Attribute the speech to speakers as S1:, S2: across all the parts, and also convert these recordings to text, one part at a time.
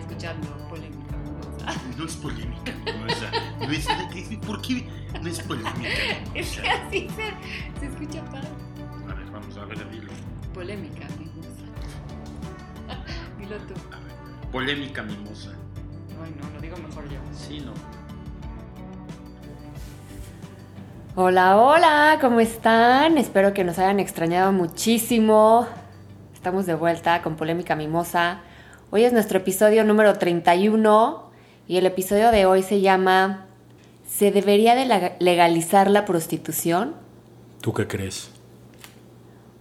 S1: escuchando polémica.
S2: No es polémica, no es, no es- ¿Por qué no es polémica? O
S1: Es que
S2: sea,
S1: así se, se escucha padre.
S2: a ver, vamos a ver, dilo.
S1: Polémica, mimosa. Dilo tú.
S2: A ver. Polémica mimosa.
S1: Ay, no, lo digo mejor yo.
S2: Sí, no.
S3: Hola, hola, ¿cómo están? Espero que nos hayan extrañado muchísimo. Estamos de vuelta con Polémica Mimosa. Hoy es nuestro episodio número 31 y el episodio de hoy se llama ¿Se debería de la- legalizar la prostitución?
S2: ¿Tú qué crees?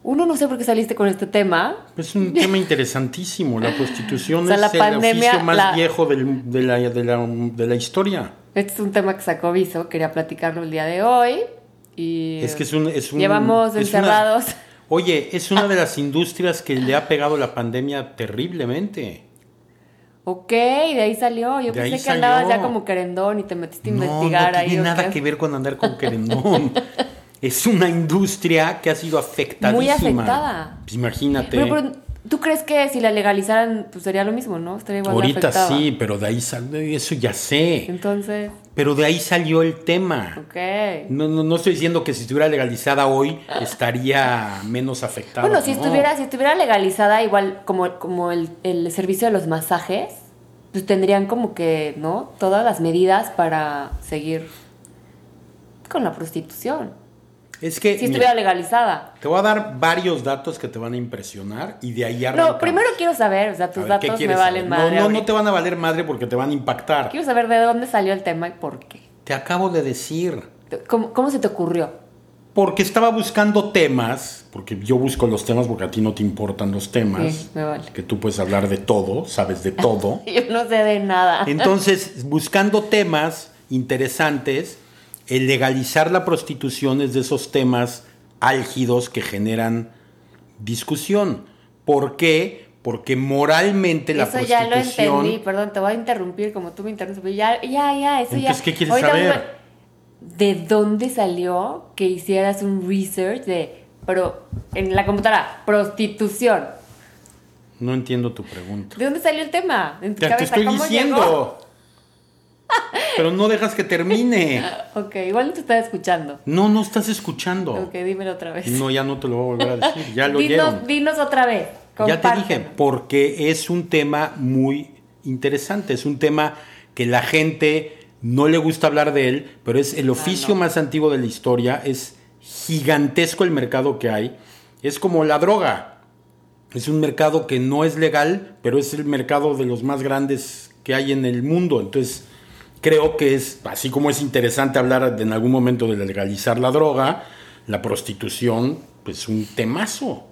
S3: Uno, no sé por qué saliste con este tema.
S2: Es un tema interesantísimo. La prostitución
S3: O sea,
S2: es
S3: la
S2: el
S3: pandemia,
S2: oficio más
S3: la-
S2: viejo del- de, la, de la- de la historia.
S3: Este es un tema que sacó Viso, quería platicarlo el día de hoy. Y
S2: Es que es un. es un-
S3: llevamos
S2: es una-
S3: encerrados.
S2: oye, es una de las industrias que le ha pegado la pandemia terriblemente.
S3: Ok, de ahí salió. Yo
S2: De ahí
S3: pensé que
S2: salió.
S3: andabas ya como querendón y te metiste a
S2: no
S3: investigar ahí.
S2: tiene
S3: ¿o
S2: nada
S3: qué?
S2: que ver con andar con querendón. es una industria que ha sido afectadísima.
S3: Muy afectada.
S2: Pues imagínate.
S3: Pero, pero, ¿tú crees que si la legalizaran, pues sería lo mismo, no? Estaría igual de
S2: Ahorita
S3: afectada.
S2: sí, pero de ahí salió. Eso ya sé.
S3: Entonces,
S2: Pero de ahí salió el tema.
S3: ok.
S2: No, no, no estoy diciendo que si estuviera legalizada hoy estaría menos afectada.
S3: bueno, si
S2: no.
S3: estuviera, si estuviera legalizada igual como, como el, el servicio de los masajes, pues tendrían como que, ¿no? Todas las medidas para seguir con la prostitución.
S2: Es que.
S3: Si
S2: Eh, mira,
S3: estuviera legalizada.
S2: Te voy a dar varios datos que te van a impresionar y de ahí arrancamos.
S3: No, primero quiero saber, o sea,
S2: A
S3: tus
S2: ver, ¿qué
S3: datos me
S2: quieres
S3: valen
S2: saber?
S3: madre.
S2: No, no, no
S3: ahorita.
S2: te van a valer madre porque te van a impactar.
S3: Quiero saber de dónde salió el tema y por qué.
S2: Te acabo de decir.
S3: ¿Cómo, cómo se te ocurrió?
S2: Porque estaba buscando temas, porque yo busco los temas porque a ti no te importan los temas.
S3: Sí, me vale.
S2: Que tú puedes hablar de todo, sabes de todo.
S3: Yo no sé de nada.
S2: Entonces, buscando temas interesantes, el legalizar la prostitución es de esos temas álgidos que generan discusión. ¿Por qué? Porque moralmente la
S3: eso ya
S2: prostitución...
S3: lo entendí, perdón, te voy a interrumpir como tú me interrumpes, pero ya, ya, ya, eso
S2: Entonces,
S3: ya.
S2: ¿qué quieres
S3: Ahorita
S2: saber?
S3: vamos a- ¿De dónde salió que hicieras un research de, pero en la computadora, prostitución?
S2: No entiendo tu pregunta.
S3: ¿De dónde salió el tema? En tu
S2: Te, te
S3: cabeza,
S2: estoy
S3: ¿cómo
S2: diciendo.
S3: llegó?
S2: Pero no dejas que termine.
S3: Ok, igual no te estaba escuchando.
S2: No, no estás escuchando.
S3: Ok, pues. dímelo otra vez.
S2: No, ya no te lo voy a volver a decir. Ya lo oyeron.
S3: dinos, dinos otra vez.
S2: Ya te
S3: compártelo.
S2: dije, porque es un tema muy interesante, es un tema que la gente no le gusta hablar de él, pero es el oficio más antiguo de la historia, es gigantesco el mercado que hay, es como la droga, es un mercado que no es legal, pero es el mercado de los más grandes que hay en el mundo, entonces creo que es, así como es interesante hablar de- en algún momento de legalizar la droga, la prostitución, pues un temazo.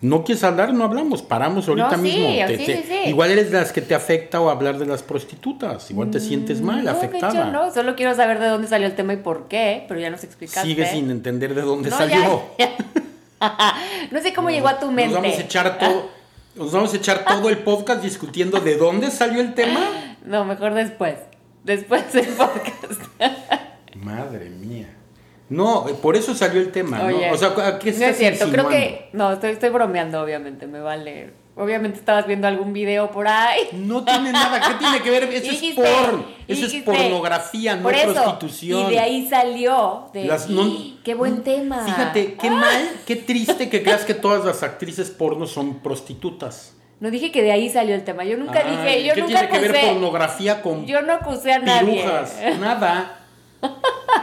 S2: No quieres hablar, no hablamos, paramos ahorita
S3: sí,
S2: mismo.
S3: sí,
S2: Te- te-
S3: sí, sí.
S2: Igual eres de las que te afecta o hablar de las prostitutas, igual te sientes mal,
S3: Mm, No,
S2: afectada.
S3: de hecho no, solo quiero saber de dónde salió el tema y por qué, pero ya nos explicaste.
S2: Sigue sin entender de dónde
S3: No, ya,
S2: salió.
S3: ya. no sé cómo llegó a tu mente.
S2: Nos vamos a echar todo, nos vamos a echar todo el podcast discutiendo de dónde salió el tema.
S3: No, mejor después. Después del podcast.
S2: Madre mía. No, eh, por eso salió el tema, Ah, ¿no?
S3: Oye,
S2: O sea, ¿a qué
S3: no
S2: estás
S3: es cierto, creo
S2: insinuando?
S3: que. No, estoy, estoy bromeando, obviamente, me vale. Obviamente estabas viendo algún video por ahí.
S2: No tiene nada, ¿qué tiene que ver? Eso
S3: Dijiste,
S2: es porn, eso es
S3: dijiste.
S2: pornografía, no
S3: Por
S2: es
S3: eso,
S2: prostitución.
S3: Y de ahí salió. De,
S2: Las non-
S3: ¡Ih, ¡Qué buen tema! Ah.
S2: Fíjate, qué mal, qué triste que creas que todas las actrices porno son prostitutas.
S3: No dije que de ahí salió el tema. Yo nunca
S2: Ay,
S3: dije. Yo
S2: ¿Qué
S3: nunca
S2: tiene que ver
S3: acusé-
S2: pornografía con
S3: Yo no acusé a nadie.
S2: pirujas? Nada.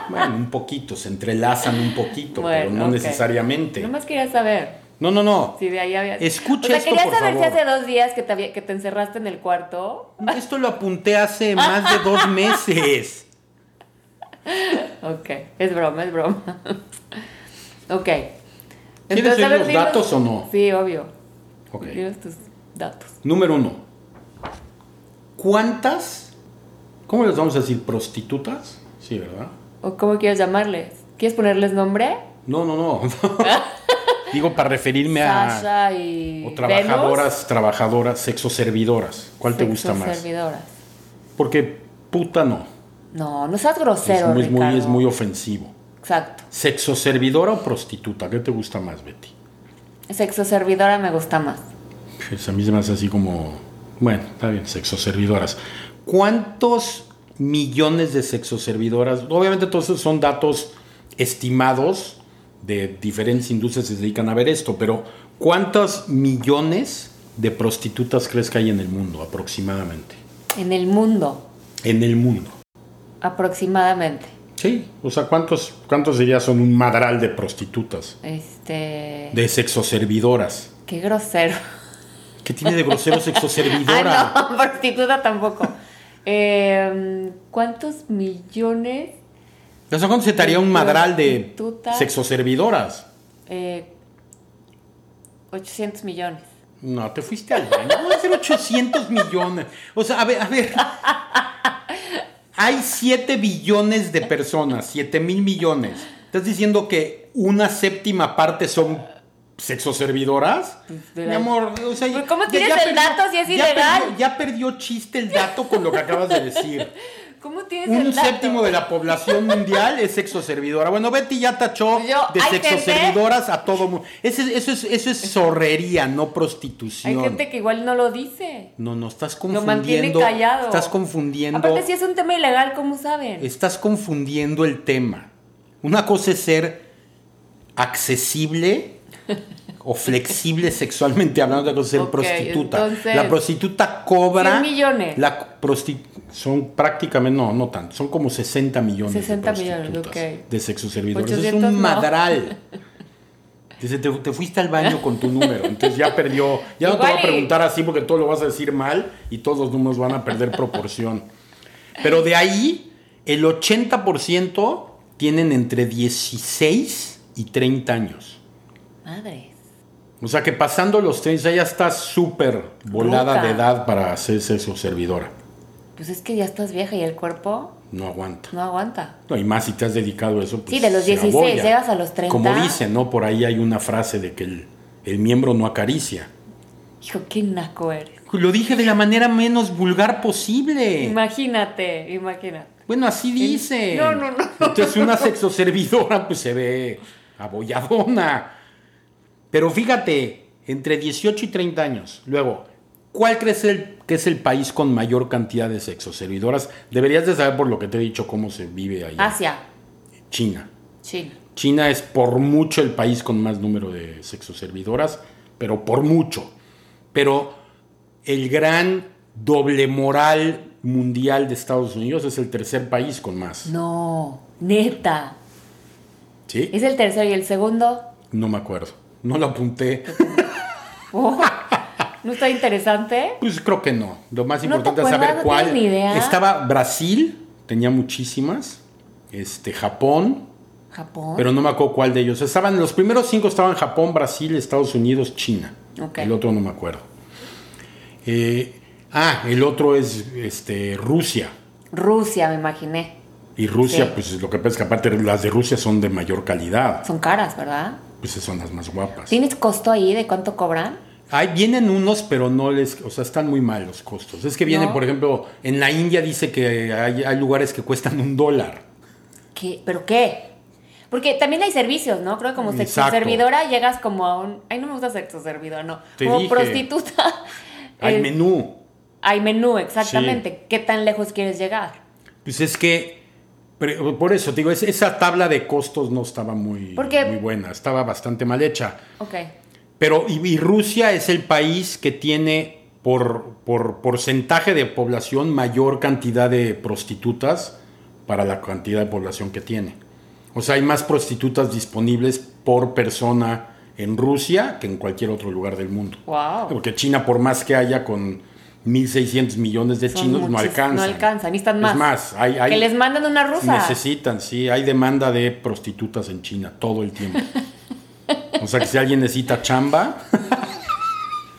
S2: Bueno, un poquito, se entrelazan un poquito, pero
S3: Bueno,
S2: no
S3: ok.
S2: necesariamente.
S3: Nomás quería saber.
S2: No, no, no.
S3: Sí, de ahí había.
S2: Escucha
S3: o sea,
S2: esto,
S3: quería
S2: por
S3: saber si
S2: favor.
S3: hace dos días que te, había- que te encerraste en el cuarto.
S2: Esto lo apunté hace más de dos meses.
S3: Ok, es broma, es broma. ok.
S2: ¿Quieres oír
S3: a ver,
S2: los
S3: dinos-
S2: datos o no?
S3: Sí, obvio.
S2: Ok.
S3: Dinos tus datos.
S2: Número uno. ¿Cuántas? ¿Cómo les vamos a decir? ¿Prostitutas? Sí, ¿verdad?
S3: ¿O cómo quieres llamarles? ¿Quieres ponerles nombre?
S2: No, no, no. Digo para referirme a...
S3: Sasha y.
S2: O trabajadoras, trabajadoras, sexoservidoras. ¿Cuál te gusta más?
S3: servidoras.
S2: Porque puta no.
S3: No, no seas
S2: Es
S3: grosero,
S2: muy, es muy-
S3: Ricardo.
S2: es muy ofensivo.
S3: Exacto.
S2: ¿Sexoservidora o prostituta? ¿Qué te gusta más, Betty?
S3: Sexo servidora me gusta más.
S2: Pues a mí se me hace así como Bueno, está bien, sexoservidoras. ¿Cuántos millones de sexoservidoras? Obviamente todos esos son datos estimados de diferentes industrias que se dedican a ver esto, pero ¿cuántos millones de prostitutas crees que hay en el mundo aproximadamente?
S3: En el mundo,
S2: En el mundo.
S3: aproximadamente.
S2: Sí, o sea, ¿cuántos, cuántos dirías son un madral de prostitutas?
S3: Este.
S2: De sexoservidoras.
S3: Qué grosero.
S2: ¿Qué tiene de grosero sexoservidora?
S3: Ah, no, prostituta tampoco. Eh, ¿Cuántos millones?
S2: O sea, ¿cuánto se te haría un madral de
S3: Prostitutas.
S2: sexoservidoras?
S3: Eh, 800 millones.
S2: No, te fuiste al baño. Voy a hacer 800 millones. O sea, a ver, a ver. Hay 7 billones de personas, 7 mil millones. ¿Estás diciendo que una séptima parte son sexoservidoras?
S3: de
S2: Mi
S3: la-
S2: amor, o sea,
S3: Pues, ¿cómo tienes el dato si es
S2: ya
S3: ilegal?
S2: perdió- ya perdió chiste el dato con lo que acabas de decir.
S3: ¿Cómo tienes el
S2: Un
S3: dato?
S2: séptimo de la población mundial es sexoservidora. Bueno, Betty ya tachó
S3: Yo,
S2: de
S3: hay
S2: sexoservidoras a todo mundo. Eso, es- eso, es, eso es zorrería, no
S3: Hay
S2: prostitución.
S3: gente que igual no lo dice.
S2: No, no, estás
S3: Lo
S2: confundiendo.
S3: mantiene callado.
S2: Estás confundiendo.
S3: Aparte, si es un tema ilegal, ¿cómo saben?
S2: Estás confundiendo el tema. Una cosa es ser accesible o flexible sexualmente hablando, otra cosa es ser
S3: Ok,
S2: prostituta.
S3: entonces,
S2: la prostituta cobra.
S3: 100 millones.
S2: La prosti- son prácticamente, no, no tanto, son como 60 millones
S3: 60
S2: de
S3: millones,
S2: prostitutas
S3: ok.
S2: de sexo servidores. Es
S3: 800
S2: un
S3: no.
S2: madral. Dice, te, te fuiste al baño con tu número, entonces ya perdió. Ya no te voy
S3: Igual
S2: a
S3: y-
S2: preguntar así porque todo lo vas a decir mal y todos los números van a perder proporción. Pero de ahí, el 80% tienen entre 16 y 30 años.
S3: Madres.
S2: O sea que pasando los 30 ya está súper volada
S3: Ruca.
S2: de edad para hacerse su servidora.
S3: Pues es que ya estás vieja y el cuerpo
S2: No aguanta.
S3: no aguanta.
S2: No, y más si te has dedicado a eso. pues,
S3: Sí, de los
S2: se
S3: 16
S2: abolla.
S3: llegas a los 30.
S2: Como dicen, ¿no? Por ahí hay una frase de que el, el miembro no acaricia.
S3: Hijo, qué naco eres.
S2: Lo dije de la manera menos vulgar posible.
S3: Imagínate, imagínate.
S2: Bueno, así dice.
S3: No, no, no.
S2: Entonces una sexoservidora pues se ve abolladona. Pero fíjate, entre 18 y 30 años. Luego, ¿cuál crees el, que es el país con mayor cantidad de sexoservidoras? Deberías de saber por lo que te he dicho cómo se vive allá.
S3: Asia,
S2: China.
S3: China.
S2: China es por mucho el país con más número de sexoservidoras, pero por mucho. Pero el gran doble moral mundial de Estados Unidos es el tercer país con más.
S3: No, neta.
S2: ¿Sí?
S3: Es el tercero y el segundo.
S2: No me acuerdo. No lo apunté.
S3: Oh, ¿No está interesante?
S2: Pues creo que no. Lo más
S3: ¿No te
S2: importante es
S3: acuerdas?
S2: saber
S3: ¿No
S2: cuál.
S3: tienes ni idea?
S2: Estaba Brasil, tenía muchísimas. Este, Japón,
S3: Japón.
S2: pero no me acuerdo cuál de ellos. Estaban, los primeros cinco estaban Japón, Brasil, Estados Unidos, China.
S3: Ok.
S2: El otro no me acuerdo. Eh, ah, el otro es este, Rusia.
S3: Rusia, me imaginé.
S2: Y Rusia,
S3: Sí.
S2: pues lo que pasa es que aparte las de Rusia son de mayor calidad.
S3: Son caras, ¿verdad?
S2: Pues son las más guapas.
S3: ¿Tienes costo ahí de cuánto cobran?
S2: Ahí vienen unos, pero no les, o sea, están muy mal los costos. Es que vienen,
S3: No.
S2: por ejemplo, en la India dice que hay, hay lugares que cuestan un dólar.
S3: ¿Qué? ¿Pero qué? Porque también hay servicios, ¿no? Creo que como
S2: Exacto.
S3: sexoservidora llegas como a un... Ay, no me gusta sexoservidor, no.
S2: Te
S3: como
S2: dije.
S3: prostituta.
S2: Hay
S3: eh,
S2: menú.
S3: hay menú, exactamente. ¿Qué tan lejos quieres llegar?
S2: Pues es que, pero por eso te digo, es- esa tabla de costos no estaba muy,
S3: Porque-
S2: muy buena, estaba bastante mal hecha.
S3: Ok.
S2: Pero, y, y Rusia es el país que tiene por, por porcentaje de población mayor cantidad de prostitutas para la cantidad de población que tiene. O sea, hay más prostitutas disponibles por persona en Rusia que en cualquier otro lugar del mundo.
S3: Wow.
S2: Porque China, por más que haya con 1.600 millones de
S3: Son
S2: chinos, no
S3: muchos,
S2: alcanza.
S3: no alcanzan, necesitan más.
S2: Es más, hay, hay-
S3: Que les mandan una rusa.
S2: Necesitan, sí, hay demanda de prostitutas en China todo el tiempo. O sea que si alguien necesita chamba.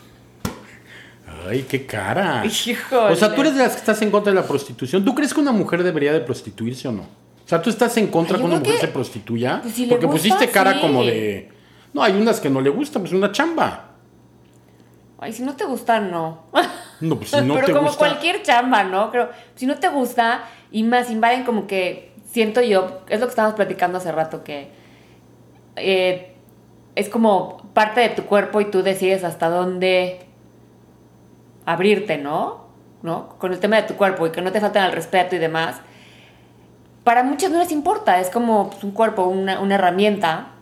S2: Ay, qué cara.
S3: Híjole.
S2: O sea, tú eres de las que estás en contra de la prostitución. ¿Tú crees que una mujer debería de prostituirse o no? O sea, tú estás en contra
S3: Ay, yo
S2: que una
S3: creo
S2: mujer
S3: que-
S2: se prostituya.
S3: pues, si le
S2: porque
S3: gusta,
S2: pusiste cara
S3: sí.
S2: como de. No, hay unas que no le gustan, pues una chamba.
S3: Ay, si no te gusta, no.
S2: No, pues si no
S3: Pero
S2: te
S3: como
S2: gusta.
S3: cualquier chamba, ¿no? Creo, si no te gusta y más invaden como que, siento yo, es lo que estábamos platicando hace rato, que eh, es como parte de tu cuerpo y tú decides hasta dónde abrirte, ¿no? ¿No? Con el tema de tu cuerpo y que no te falten al respeto y demás. Para muchos no les importa, es como pues, un cuerpo, una, una herramienta.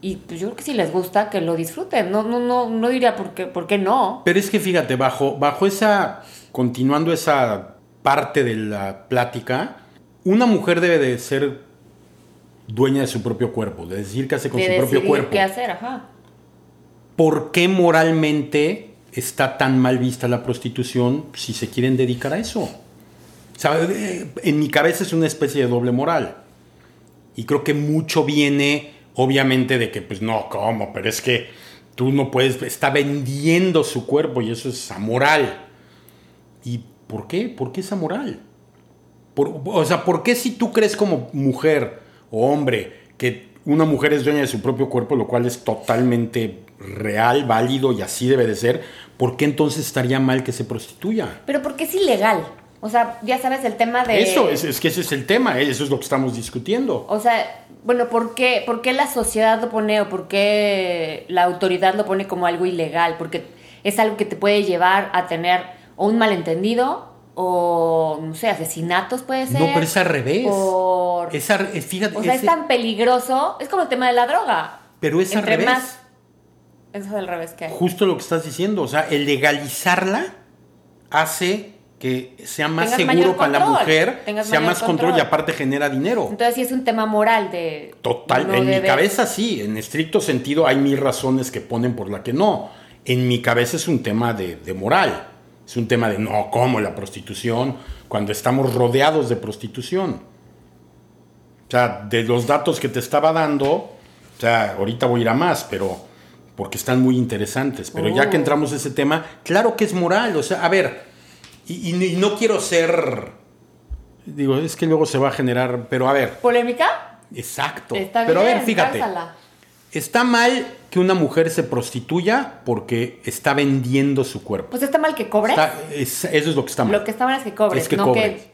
S3: Y pues, yo creo que si les gusta, que lo disfruten. No, no, no, no diría por qué, por qué no.
S2: Pero es que fíjate, bajo, bajo esa, continuando esa parte de la plática, una mujer debe de ser dueña de su propio cuerpo, de decir qué hace con
S3: de
S2: su propio
S3: decidir
S2: cuerpo.
S3: qué hacer, ajá.
S2: ¿Por qué moralmente está tan mal vista la prostitución si se quieren dedicar a eso? O sea, eh, en mi cabeza es una especie de doble moral. Y creo que mucho viene, obviamente, de que, pues no, ¿cómo? Pero es que tú no puedes, está vendiendo su cuerpo y eso es amoral. ¿Y por qué? ¿Por qué es amoral? Por- o sea, ¿por qué si tú crees como mujer o hombre que una mujer es dueña de su propio cuerpo, lo cual es totalmente real, válido y así debe de ser, ¿por qué entonces estaría mal que se prostituya?
S3: Pero porque es ilegal. O sea, ya sabes el tema de...
S2: Eso, es, es que ese es el tema, ¿eh? eso es lo que estamos discutiendo.
S3: O sea, bueno, ¿por qué, ¿por qué la sociedad lo pone o por qué la autoridad lo pone como algo ilegal? Porque es algo que te puede llevar a tener o un malentendido o, no sé, asesinatos puede ser.
S2: No, pero es al revés.
S3: O,
S2: Es al- eh, fíjate,
S3: o sea, es
S2: ese-
S3: tan peligroso. Es como el tema de la droga.
S2: pero es al
S3: entre
S2: revés.
S3: más- eh. Eso es al revés que...
S2: Justo lo que estás diciendo, o sea, el legalizarla hace que sea más
S3: Tengas
S2: seguro
S3: mayor
S2: para la
S3: control,
S2: mujer,
S3: tengas
S2: sea
S3: mayor
S2: más control. y
S3: control.
S2: aparte genera dinero.
S3: Entonces sí es un tema moral de...
S2: Total,
S3: no
S2: en mi
S3: debe-
S2: cabeza sí, en estricto sentido hay mil razones que ponen por la que no. En mi cabeza es un tema de, de moral, es un tema de no, ¿cómo la prostitución? Cuando estamos rodeados de prostitución. O sea, de los datos que te estaba dando, o sea, ahorita voy a ir a más, pero porque están muy interesantes. Pero ya
S3: Oh.
S2: que entramos a ese tema, claro que es moral, o sea, a ver, y, y- y no quiero ser, digo, es que luego se va a generar, pero a ver.
S3: ¿Polémica?
S2: Exacto.
S3: Está
S2: Pero
S3: bien,
S2: a ver, fíjate.
S3: cálzala.
S2: Está mal que una mujer se prostituya porque está vendiendo su cuerpo.
S3: Pues está mal que cobres.
S2: Está- es- eso es lo que está mal.
S3: Lo que está mal es que cobres,
S2: es que
S3: no
S2: cobren.
S3: que...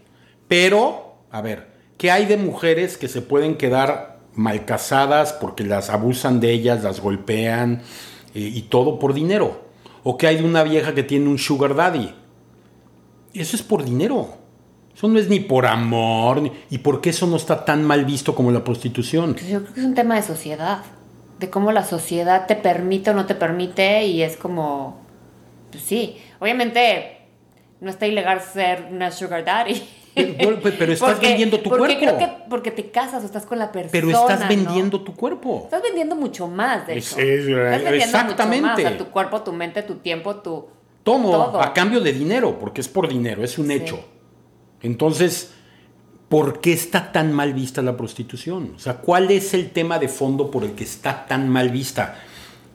S2: Pero, a ver, ¿qué hay de mujeres que se pueden quedar mal casadas porque las abusan de ellas, las golpean eh, y todo por dinero? ¿O qué hay de una vieja que tiene un sugar daddy? Eso es por dinero. Eso no es ni por amor. ni- ¿Y por qué eso no está tan mal visto como la prostitución?
S3: Pues yo creo que es un tema de sociedad, de cómo la sociedad te permite o no te permite y es como, pues sí, obviamente no está ilegal ser una sugar daddy.
S2: Pero- pero- pero- pero estás vendiendo tu
S3: porque
S2: cuerpo.
S3: Creo que porque te casas o estás con la persona.
S2: Pero
S3: ¿no?
S2: estás vendiendo tu cuerpo.
S3: Estás vendiendo mucho más, de
S2: Es-
S3: hecho.
S2: es-
S3: estás vendiendo
S2: exactamente.
S3: Mucho más, a tu cuerpo, tu mente, tu tiempo, tu...
S2: Tomo
S3: todo.
S2: a cambio de dinero, porque es por dinero, es un
S3: Sí.
S2: hecho. Entonces, ¿por qué está tan mal vista la prostitución? O sea, ¿cuál es el tema de fondo por el que está tan mal vista?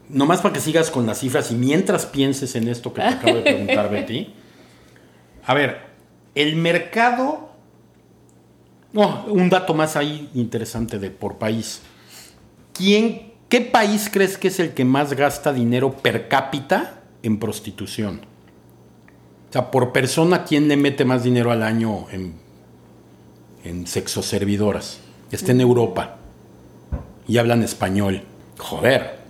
S2: Nomás para que sigas con las cifras y mientras pienses en esto que te acabo de preguntar, Betty. A ver, el mercado... No, un dato más ahí interesante de por país. ¿Quién, ¿Qué país crees que es el que más gasta dinero per cápita en prostitución? O sea, por persona, ¿quién le mete más dinero al año en, en sexoservidoras? Está en Europa y hablan español. Joder,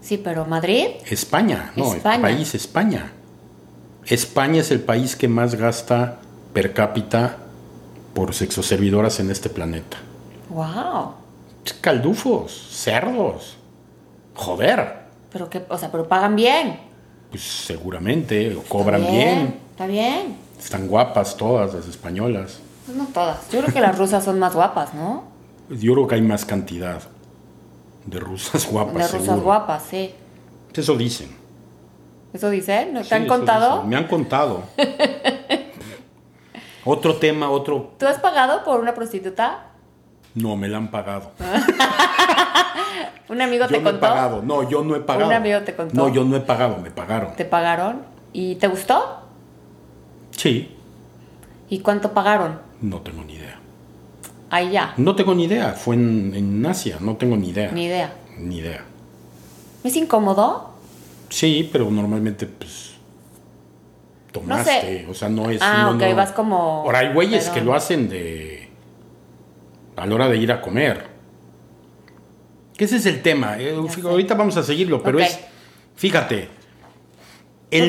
S3: Sí, pero Madrid,
S2: España, no,
S3: España.
S2: el país España. España es el país que más gasta per cápita por sexoservidoras en este planeta.
S3: wow.
S2: Caldufos, cerdos. Joder.
S3: Pero que, o sea, pero pagan bien.
S2: Pues seguramente, o cobran
S3: Está
S2: bien.
S3: Está bien.
S2: Están guapas todas las españolas.
S3: Pues no todas. Yo creo que las rusas son más guapas, ¿no?
S2: Yo creo que hay más cantidad de rusas guapas.
S3: Las rusas
S2: Ah, pues seguro.
S3: guapas, sí.
S2: Eso dicen.
S3: ¿Eso dice? ¿No
S2: Sí,
S3: te han
S2: eso
S3: contado?
S2: dicen. Me han contado. otro tema, otro.
S3: ¿Tú has pagado por una prostituta?
S2: No, me la han pagado.
S3: ¿Un amigo
S2: Yo
S3: te
S2: no he
S3: contó?
S2: pagado. No, yo no he pagado.
S3: Un amigo te contó.
S2: No, yo no he pagado, me pagaron.
S3: ¿Te pagaron? ¿Y te gustó?
S2: Sí,
S3: ¿Y cuánto pagaron?
S2: no tengo ni idea.
S3: Ahí ya,
S2: No tengo ni idea. Fue en, en Asia, no tengo ni idea.
S3: ni idea.
S2: Ni idea.
S3: ¿Me es incómodo?
S2: Sí, pero normalmente, pues. Tomaste. O sea, no es.
S3: Ah,
S2: no,
S3: ok,
S2: no.
S3: vas como-
S2: Ahora hay güeyes
S3: Pero-
S2: que lo hacen de. A la hora de ir a comer. Que ese es el tema. eh, fí-
S3: sé.
S2: ahorita vamos a seguirlo, pero
S3: Ok.
S2: es. Fíjate. El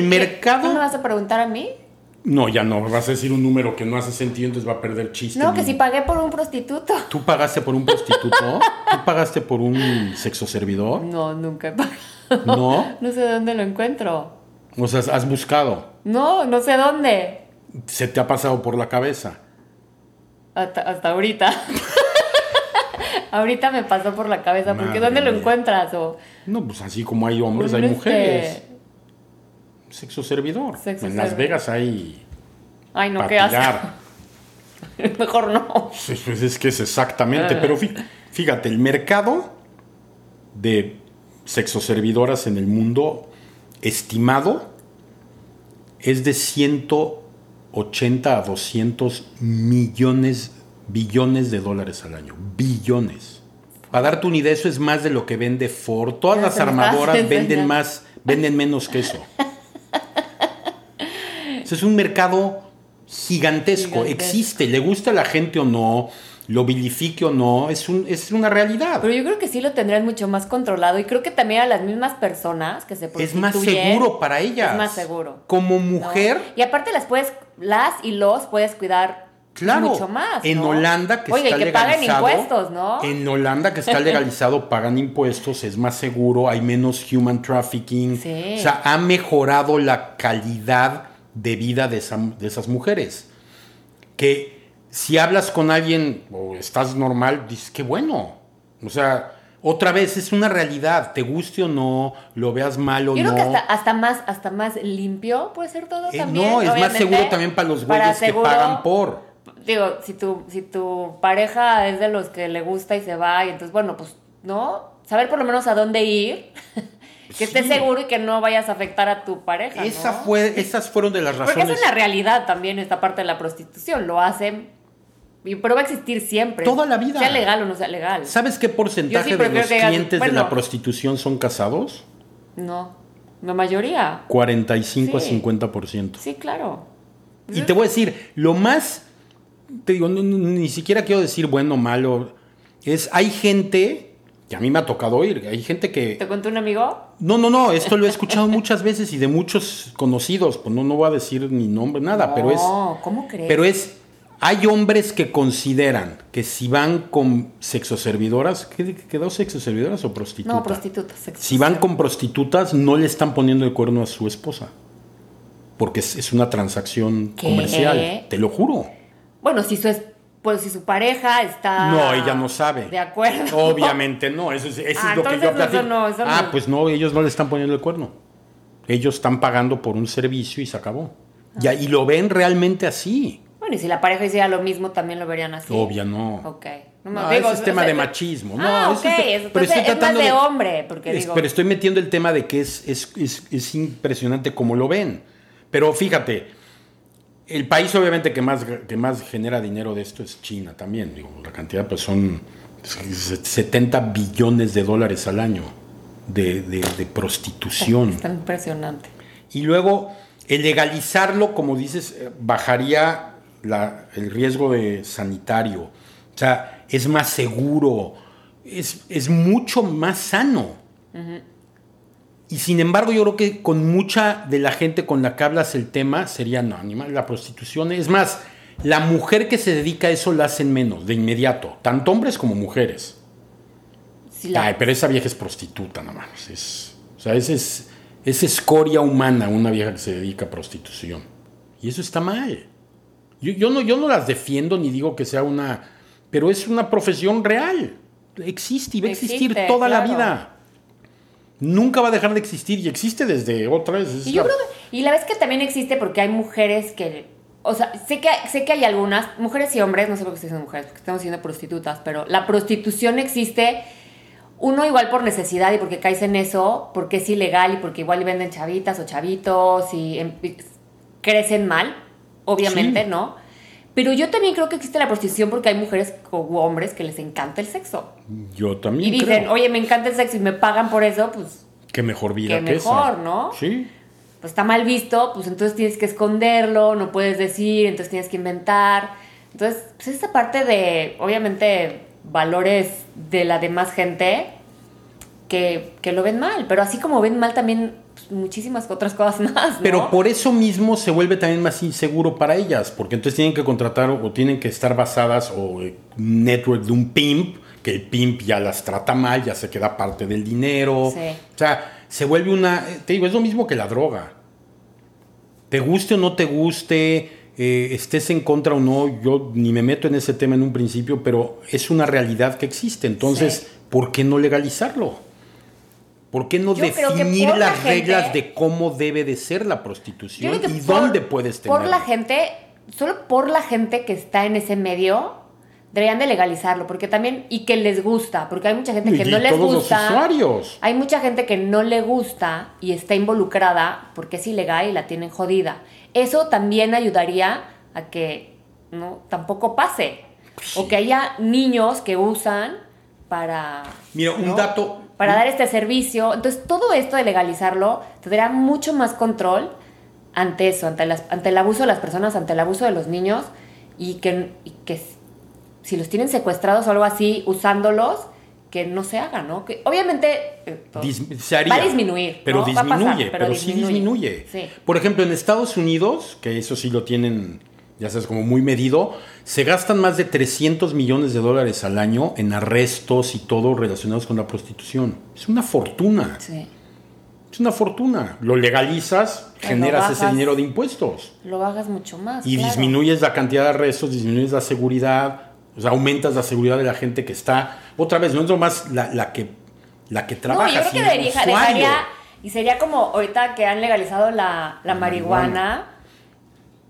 S3: ¿Por qué? ¿Tú
S2: mercado.
S3: me vas a preguntar a mí?
S2: No, ya no. Vas a decir un número que no hace sentido, entonces va a perder chiste.
S3: No, que
S2: Y-
S3: si pagué por un prostituto.
S2: ¿Tú pagaste por un prostituto? ¿Tú pagaste por un sexo servidor?
S3: No, nunca he pagado.
S2: No.
S3: No sé dónde lo encuentro.
S2: O sea, has buscado.
S3: No, no sé dónde.
S2: Se te ha pasado por la cabeza.
S3: Hasta, hasta ahorita. ahorita me pasó por la cabeza, porque
S2: Madre
S3: ¿dónde lo
S2: mía.
S3: encuentras? O
S2: No, pues así como hay hombres,
S3: un,
S2: hay
S3: este,
S2: mujeres. Sexo servidor.
S3: Sexo
S2: en Las
S3: servidor.
S2: Vegas hay
S3: Ay, no, qué asco.
S2: patinar.
S3: Mejor no.
S2: Pues, pues, es que es exactamente. Pero fí- fíjate, el mercado de sexo servidoras en el mundo estimado es de 180 a 200 millones, billones de dólares al año. Billones. Para darte una idea, eso es más de lo que vende Ford. Todas
S3: Ya
S2: las
S3: se me está
S2: armadoras venden
S3: enseñando.
S2: más, venden menos que eso. Ese es un mercado gigantesco,
S3: Gigantesco.
S2: existe, le gusta a la gente o no, lo vilifique o no, es, un, es una realidad.
S3: Pero yo creo que sí lo tendrían mucho más controlado y creo que también a las mismas personas que se
S2: es
S3: prostituyen.
S2: más seguro para ellas.
S3: Es más seguro.
S2: Como
S3: ¿no?
S2: mujer,
S3: Y aparte las puedes, las y los puedes cuidar
S2: claro.
S3: mucho más.
S2: En
S3: ¿no?
S2: Holanda que
S3: Oye,
S2: está
S3: y que paguen
S2: legalizado.
S3: impuestos, ¿no?
S2: En Holanda que está legalizado pagan impuestos, es más seguro, hay menos human trafficking.
S3: Sí.
S2: O sea, ha mejorado la calidad de vida de, esa- de esas mujeres. Que si hablas con alguien o estás normal, dices, qué bueno. O sea, otra vez es una realidad, te guste o no, lo veas mal o
S3: Yo
S2: no.
S3: creo que hasta, hasta más, hasta más limpio puede ser todo
S2: Eh,
S3: también.
S2: no, es más
S3: obviamente.
S2: seguro también para los
S3: Para
S2: güeyes que
S3: seguro-
S2: pagan por.
S3: Digo, si tu, si tu pareja es de los que le gusta y se va, y entonces, bueno, pues, ¿no? Saber por lo menos a dónde ir, que estés
S2: Sí.
S3: seguro y que no vayas a afectar a tu pareja. ¿no?
S2: Esa fue, esas fueron de las razones.
S3: Porque es una realidad también esta parte de la prostitución. Lo hacen, y- pero va a existir siempre.
S2: Toda la vida.
S3: Sea legal o no sea legal.
S2: ¿Sabes qué porcentaje de
S3: prefiero
S2: los
S3: que digas,
S2: clientes de
S3: bueno.
S2: la prostitución son casados?
S3: No, la mayoría.
S2: 45
S3: Sí.
S2: a 50%.
S3: Sí, claro.
S2: Y te voy a decir, lo más, te digo, no- no- ni siquiera quiero decir bueno o malo, es hay gente, que a mí me ha tocado oír, hay gente
S3: ¿Te
S2: que...
S3: contó un amigo?
S2: No, no, no, esto lo he escuchado muchas veces y de muchos conocidos, pues no, no voy a decir ni nombre, nada, pero es...
S3: No, ¿cómo crees?
S2: Pero es, hay hombres que consideran que si van con sexoservidoras, ¿qué quedó sexoservidoras o prostitutas?
S3: No, prostitutas. sexo.
S2: Si van con prostitutas, no le están poniendo el cuerno a su esposa. Porque es, es una transacción
S3: ¿Qué?
S2: comercial, te lo juro.
S3: Bueno, si su es, pues si su pareja está.
S2: No, ella no sabe.
S3: Ah, De acuerdo.
S2: Obviamente no, eso es, eso
S3: Ah,
S2: es lo que
S3: entonces
S2: yo
S3: eso
S2: platico.
S3: no, eso
S2: ah,
S3: no.
S2: pues no, ellos no le están poniendo el cuerno. Ellos están pagando por un servicio y se acabó. Ya, y lo ven realmente así.
S3: Bueno, y si la pareja hiciera lo mismo, también lo verían así.
S2: Obvia, no.
S3: Ok.
S2: No,
S3: digo,
S2: ese es tema
S3: o sea,
S2: de machismo. No,
S3: Ah,
S2: ese
S3: ok.
S2: es- este,
S3: es-
S2: pero
S3: entonces es
S2: estoy
S3: más
S2: tratando
S3: de,
S2: de-
S3: hombre, porque
S2: Es-
S3: digo.
S2: pero estoy metiendo el tema de que es, es- es- es impresionante como lo ven. Pero fíjate, el país obviamente que más, que más genera dinero de esto es China también. Digo, la cantidad pues son 70 billones de dólares al año de, de- de prostitución.
S3: Está impresionante.
S2: Y luego, el legalizarlo, como dices, eh, bajaría la- el riesgo de sanitario. O sea, es más seguro, es, es mucho más sano. Y sin embargo, yo creo que con mucha de la gente con la que hablas el tema sería, no, ni más, la prostitución. Es más, la mujer que se dedica a eso la hacen menos, de inmediato, tanto hombres como mujeres.
S3: Si la-
S2: Ay, pero esa vieja es prostituta, nada más. Es, o sea, esa es, es escoria humana una vieja que se dedica a prostitución. Y eso está mal. Yo, yo no, yo no las defiendo ni digo que sea una. Pero es una profesión real. Existe y va a existir
S3: Existe,
S2: toda la
S3: claro.
S2: vida. Nunca va a dejar de existir y existe desde otra vez. es
S3: Y yo
S2: la-
S3: creo que- y la vez que también existe porque hay mujeres que, o sea, sé que, sé que hay algunas, mujeres y hombres, no sé por qué estoy diciendo mujeres, porque estamos siendo prostitutas, pero la prostitución existe, uno igual por necesidad y porque caes en eso, porque es ilegal y porque igual venden chavitas o chavitos y em- y crecen mal, obviamente,
S2: Sí.
S3: ¿no? Pero yo también creo que existe la prostitución porque hay mujeres o hombres que les encanta el sexo.
S2: yo
S3: Y
S2: también
S3: dicen,
S2: creo.
S3: oye, me encanta el sexo y me pagan por eso, pues
S2: Qué mejor vida
S3: qué
S2: que esa.
S3: mejor, ¿no?
S2: Sí.
S3: pues está mal visto, pues entonces tienes que esconderlo, no puedes decir, entonces tienes que inventar. Entonces, pues esa parte de, obviamente, valores de la demás gente que, que lo ven mal, pero así como ven mal también pues, muchísimas otras cosas más. ¿no?
S2: Pero por eso mismo se vuelve también más inseguro para ellas, porque entonces tienen que contratar o tienen que estar basadas o eh, un network de un pimp, que el pimp ya las trata mal, ya se queda parte del dinero.
S3: Sí.
S2: O sea, se vuelve una, eh, te digo, es lo mismo que la droga. Te guste o no te guste, eh, estés en contra o no, yo ni me meto en ese tema en un principio, pero es una realidad que existe. Entonces,
S3: Sí.
S2: ¿por qué no legalizarlo? ¿Por qué no
S3: Yo creo que
S2: definir
S3: por la
S2: las reglas
S3: gente-
S2: de cómo debe de ser la prostitución
S3: Yo creo que
S2: y
S3: por-
S2: dónde puedes tener?
S3: Por la gente, solo por la gente que está en ese medio, deberían de legalizarlo, porque también, y que les gusta, porque hay mucha gente que
S2: Y
S3: no les
S2: todos los
S3: gusta.
S2: usuarios.
S3: Hay mucha gente que no le gusta y está involucrada porque es ilegal y la tienen jodida. Eso también ayudaría a que no tampoco pase.
S2: Pues
S3: O que haya niños que usan para.
S2: Mira, un
S3: ¿no?
S2: dato-
S3: Para dar este servicio. Entonces, todo esto de legalizarlo tendrá mucho más control ante eso, ante, las- ante el abuso de las personas, ante el abuso de los niños y que, y que s- si los tienen secuestrados o algo así, usándolos, que no se haga, ¿no? Que obviamente eh, todo-
S2: Dis- se haría.
S3: va a disminuir.
S2: Pero
S3: ¿no? Va a
S2: disminuye,
S3: pasar,
S2: pero, sí disminuye.
S3: Sí.
S2: Por ejemplo, en Estados Unidos, que eso sí lo tienen, ya sabes, como muy medido, se gastan más de 300 millones de dólares al año en arrestos y todo relacionados con la prostitución. Es una fortuna.
S3: Sí.
S2: Es una fortuna. Lo legalizas,
S3: Lo
S2: generas ese
S3: bajas.
S2: dinero de impuestos.
S3: Lo bajas mucho más.
S2: Y
S3: claro.
S2: disminuyes la cantidad de arrestos, disminuyes la seguridad, o sea, aumentas la seguridad de la gente que está. Otra vez, no es nomás la, la que la que
S3: No,
S2: trabaja.
S3: yo creo que
S2: sino el
S3: debería,
S2: usuario.
S3: dejaría- Y sería como ahorita que han legalizado la, la marihuana,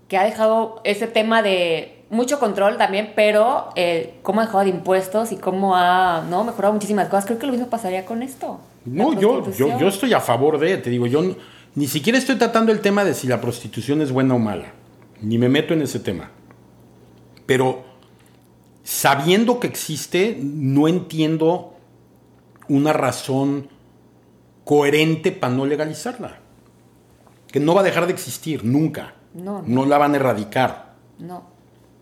S3: que ha dejado ese tema de mucho control también, pero eh, cómo ha dejado de impuestos y cómo ha ¿no? mejorado muchísimas cosas. Creo que lo mismo pasaría con esto. la
S2: No, yo, yo,
S3: prostitución.
S2: yo estoy a favor de, te digo, yo n- ni siquiera estoy tratando el tema de si la prostitución es buena o mala. Ni me meto en ese tema. Pero sabiendo que existe, no entiendo una razón coherente para no legalizarla. Que no va a dejar de existir nunca.
S3: No, no.
S2: no. la van a erradicar.
S3: No.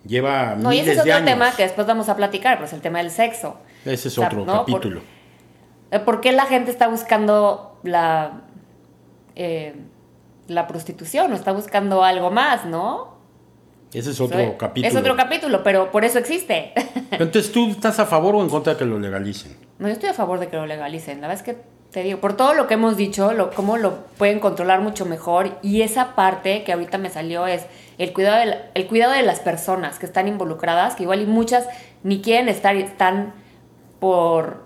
S2: Lleva
S3: No, y
S2: miles
S3: ese es
S2: de
S3: otro
S2: años.
S3: tema que después vamos a platicar, pues el tema del sexo.
S2: Ese es
S3: O sea,
S2: otro
S3: ¿no? Por-
S2: capítulo.
S3: Eh, ¿Por qué la gente está buscando la, eh, la prostitución o está buscando algo más, no?
S2: Ese es otro
S3: O sea,
S2: capítulo.
S3: Es otro capítulo, pero por eso existe.
S2: Pero Entonces, ¿tú estás a favor o en contra de que lo legalicen?
S3: no, yo estoy a favor de que lo legalicen. La verdad es que te digo, por todo lo que hemos dicho, lo, cómo lo pueden controlar mucho mejor. Y esa parte que ahorita me salió es el cuidado, de la- el cuidado de las personas que están involucradas, que igual y muchas ni quieren estar y están por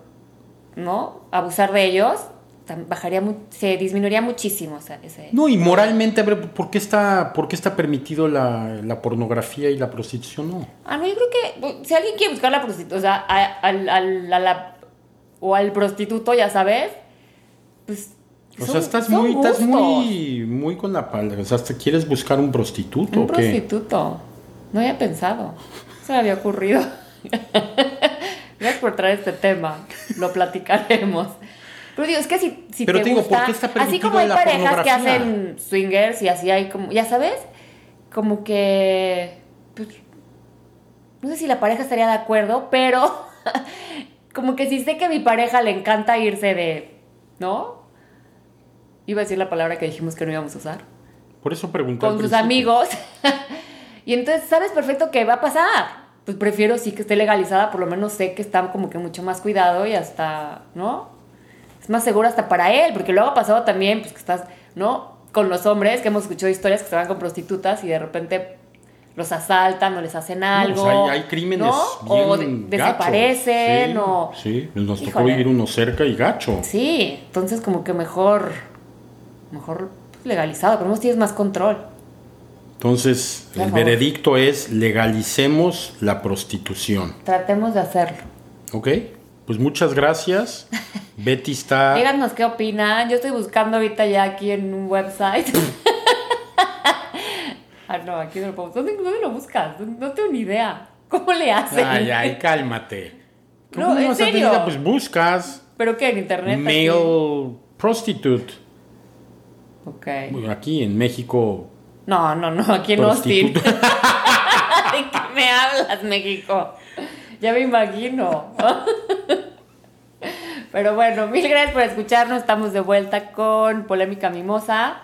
S3: no abusar de ellos. tam- Bajaría, mu- se disminuiría muchísimo o sea, ese-
S2: No, y moralmente, a ver, ¿por qué está, por qué está permitido la, la pornografía y la prostitución? No.
S3: Ah, no, yo creo que bu- si alguien quiere buscar la prostituta, o sea, a- al, al- a la- o al prostituto, ya sabes, pues.
S2: O
S3: son-
S2: sea, estás
S3: son
S2: muy, estás
S3: gustos.
S2: muy, muy con la palabra. O sea, ¿te quieres buscar un prostituto
S3: Un
S2: o qué?
S3: prostituto. No había pensado. Se me había ocurrido. Gracias por traer este tema. Lo platicaremos. Pero digo, es que si, si
S2: Pero
S3: te
S2: te digo, ¿por
S3: gusta,
S2: qué está
S3: así
S2: permitido
S3: como hay
S2: la
S3: parejas que
S2: pornografía?
S3: hacen swingers y así hay como, ya sabes, como que, pues, no sé si la pareja estaría de acuerdo, pero como que si sé que a mi pareja le encanta irse de, ¿no? Iba a decir la palabra que dijimos que no íbamos a usar
S2: Por eso pregunté. al
S3: con sus
S2: principio.
S3: amigos. y entonces sabes perfecto que va a pasar. Pues prefiero sí que esté legalizada, por lo menos sé que está como que mucho más cuidado y hasta, ¿no? Es más seguro hasta para él, porque luego ha pasado también, pues que estás, ¿no? Con los hombres, que hemos escuchado historias que se van con prostitutas y de repente los asaltan o les hacen algo.
S2: No, o sea, hay, hay crímenes.
S3: ¿no? o de-
S2: bien
S3: desaparecen
S2: gachos.
S3: o...
S2: Sí, sí, nos tocó
S3: Híjole.
S2: vivir uno cerca y gacho.
S3: Sí, entonces como que mejor, mejor pues, legalizado, por lo menos tienes más control.
S2: Entonces,
S3: Por
S2: el
S3: favor.
S2: veredicto es legalicemos la prostitución.
S3: Tratemos de hacerlo.
S2: ¿Ok? Pues muchas gracias. Betty está.
S3: Díganos qué opinan. Yo estoy buscando ahorita ya aquí en un website. ah, no, aquí no lo puedo. ¿Dónde, dónde lo buscas? No tengo ni idea. ¿Cómo le hacen?
S2: Ay, ay, cálmate.
S3: No, en
S2: vas a tener
S3: serio.
S2: idea? Pues buscas
S3: ¿Pero qué? ¿En internet?
S2: male
S3: Mail.
S2: prostitute.
S3: Ok.
S2: Bueno, Aquí en México.
S3: No, no, no, aquí en Austin. ¿De
S2: prostituta.
S3: qué me hablas, México? Ya me imagino. Pero bueno, mil gracias por escucharnos. Estamos de vuelta con Polémica Mimosa.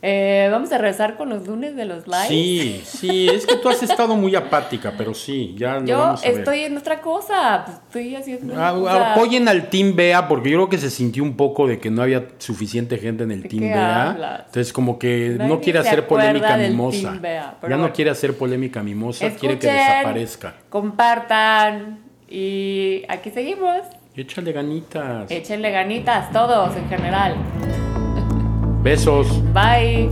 S3: Eh, Vamos a regresar con los lunes de los lives.
S2: Sí, sí, es que tú has estado muy apática, pero sí, ya lo
S3: Yo
S2: vamos a ver.
S3: estoy en otra cosa. pues, Estoy haciendo. una
S2: A-
S3: cosa.
S2: Apoyen al Team Bea porque yo creo que se sintió un poco de que no había suficiente gente en el
S3: ¿De
S2: Team
S3: qué
S2: Bea.
S3: hablas?
S2: Entonces como que no
S3: Nadie
S2: quiere
S3: se
S2: hacer
S3: acuerda
S2: polémica
S3: del
S2: mimosa.
S3: Team Bea, pero
S2: ya no
S3: bueno.
S2: quiere hacer polémica mimosa, quiere que
S3: Escuchen,
S2: desaparezca.
S3: Compartan. Y aquí seguimos.
S2: Échale ganitas.
S3: Eh. Échenle ganitas todos en general.
S2: Besos.
S3: Bye.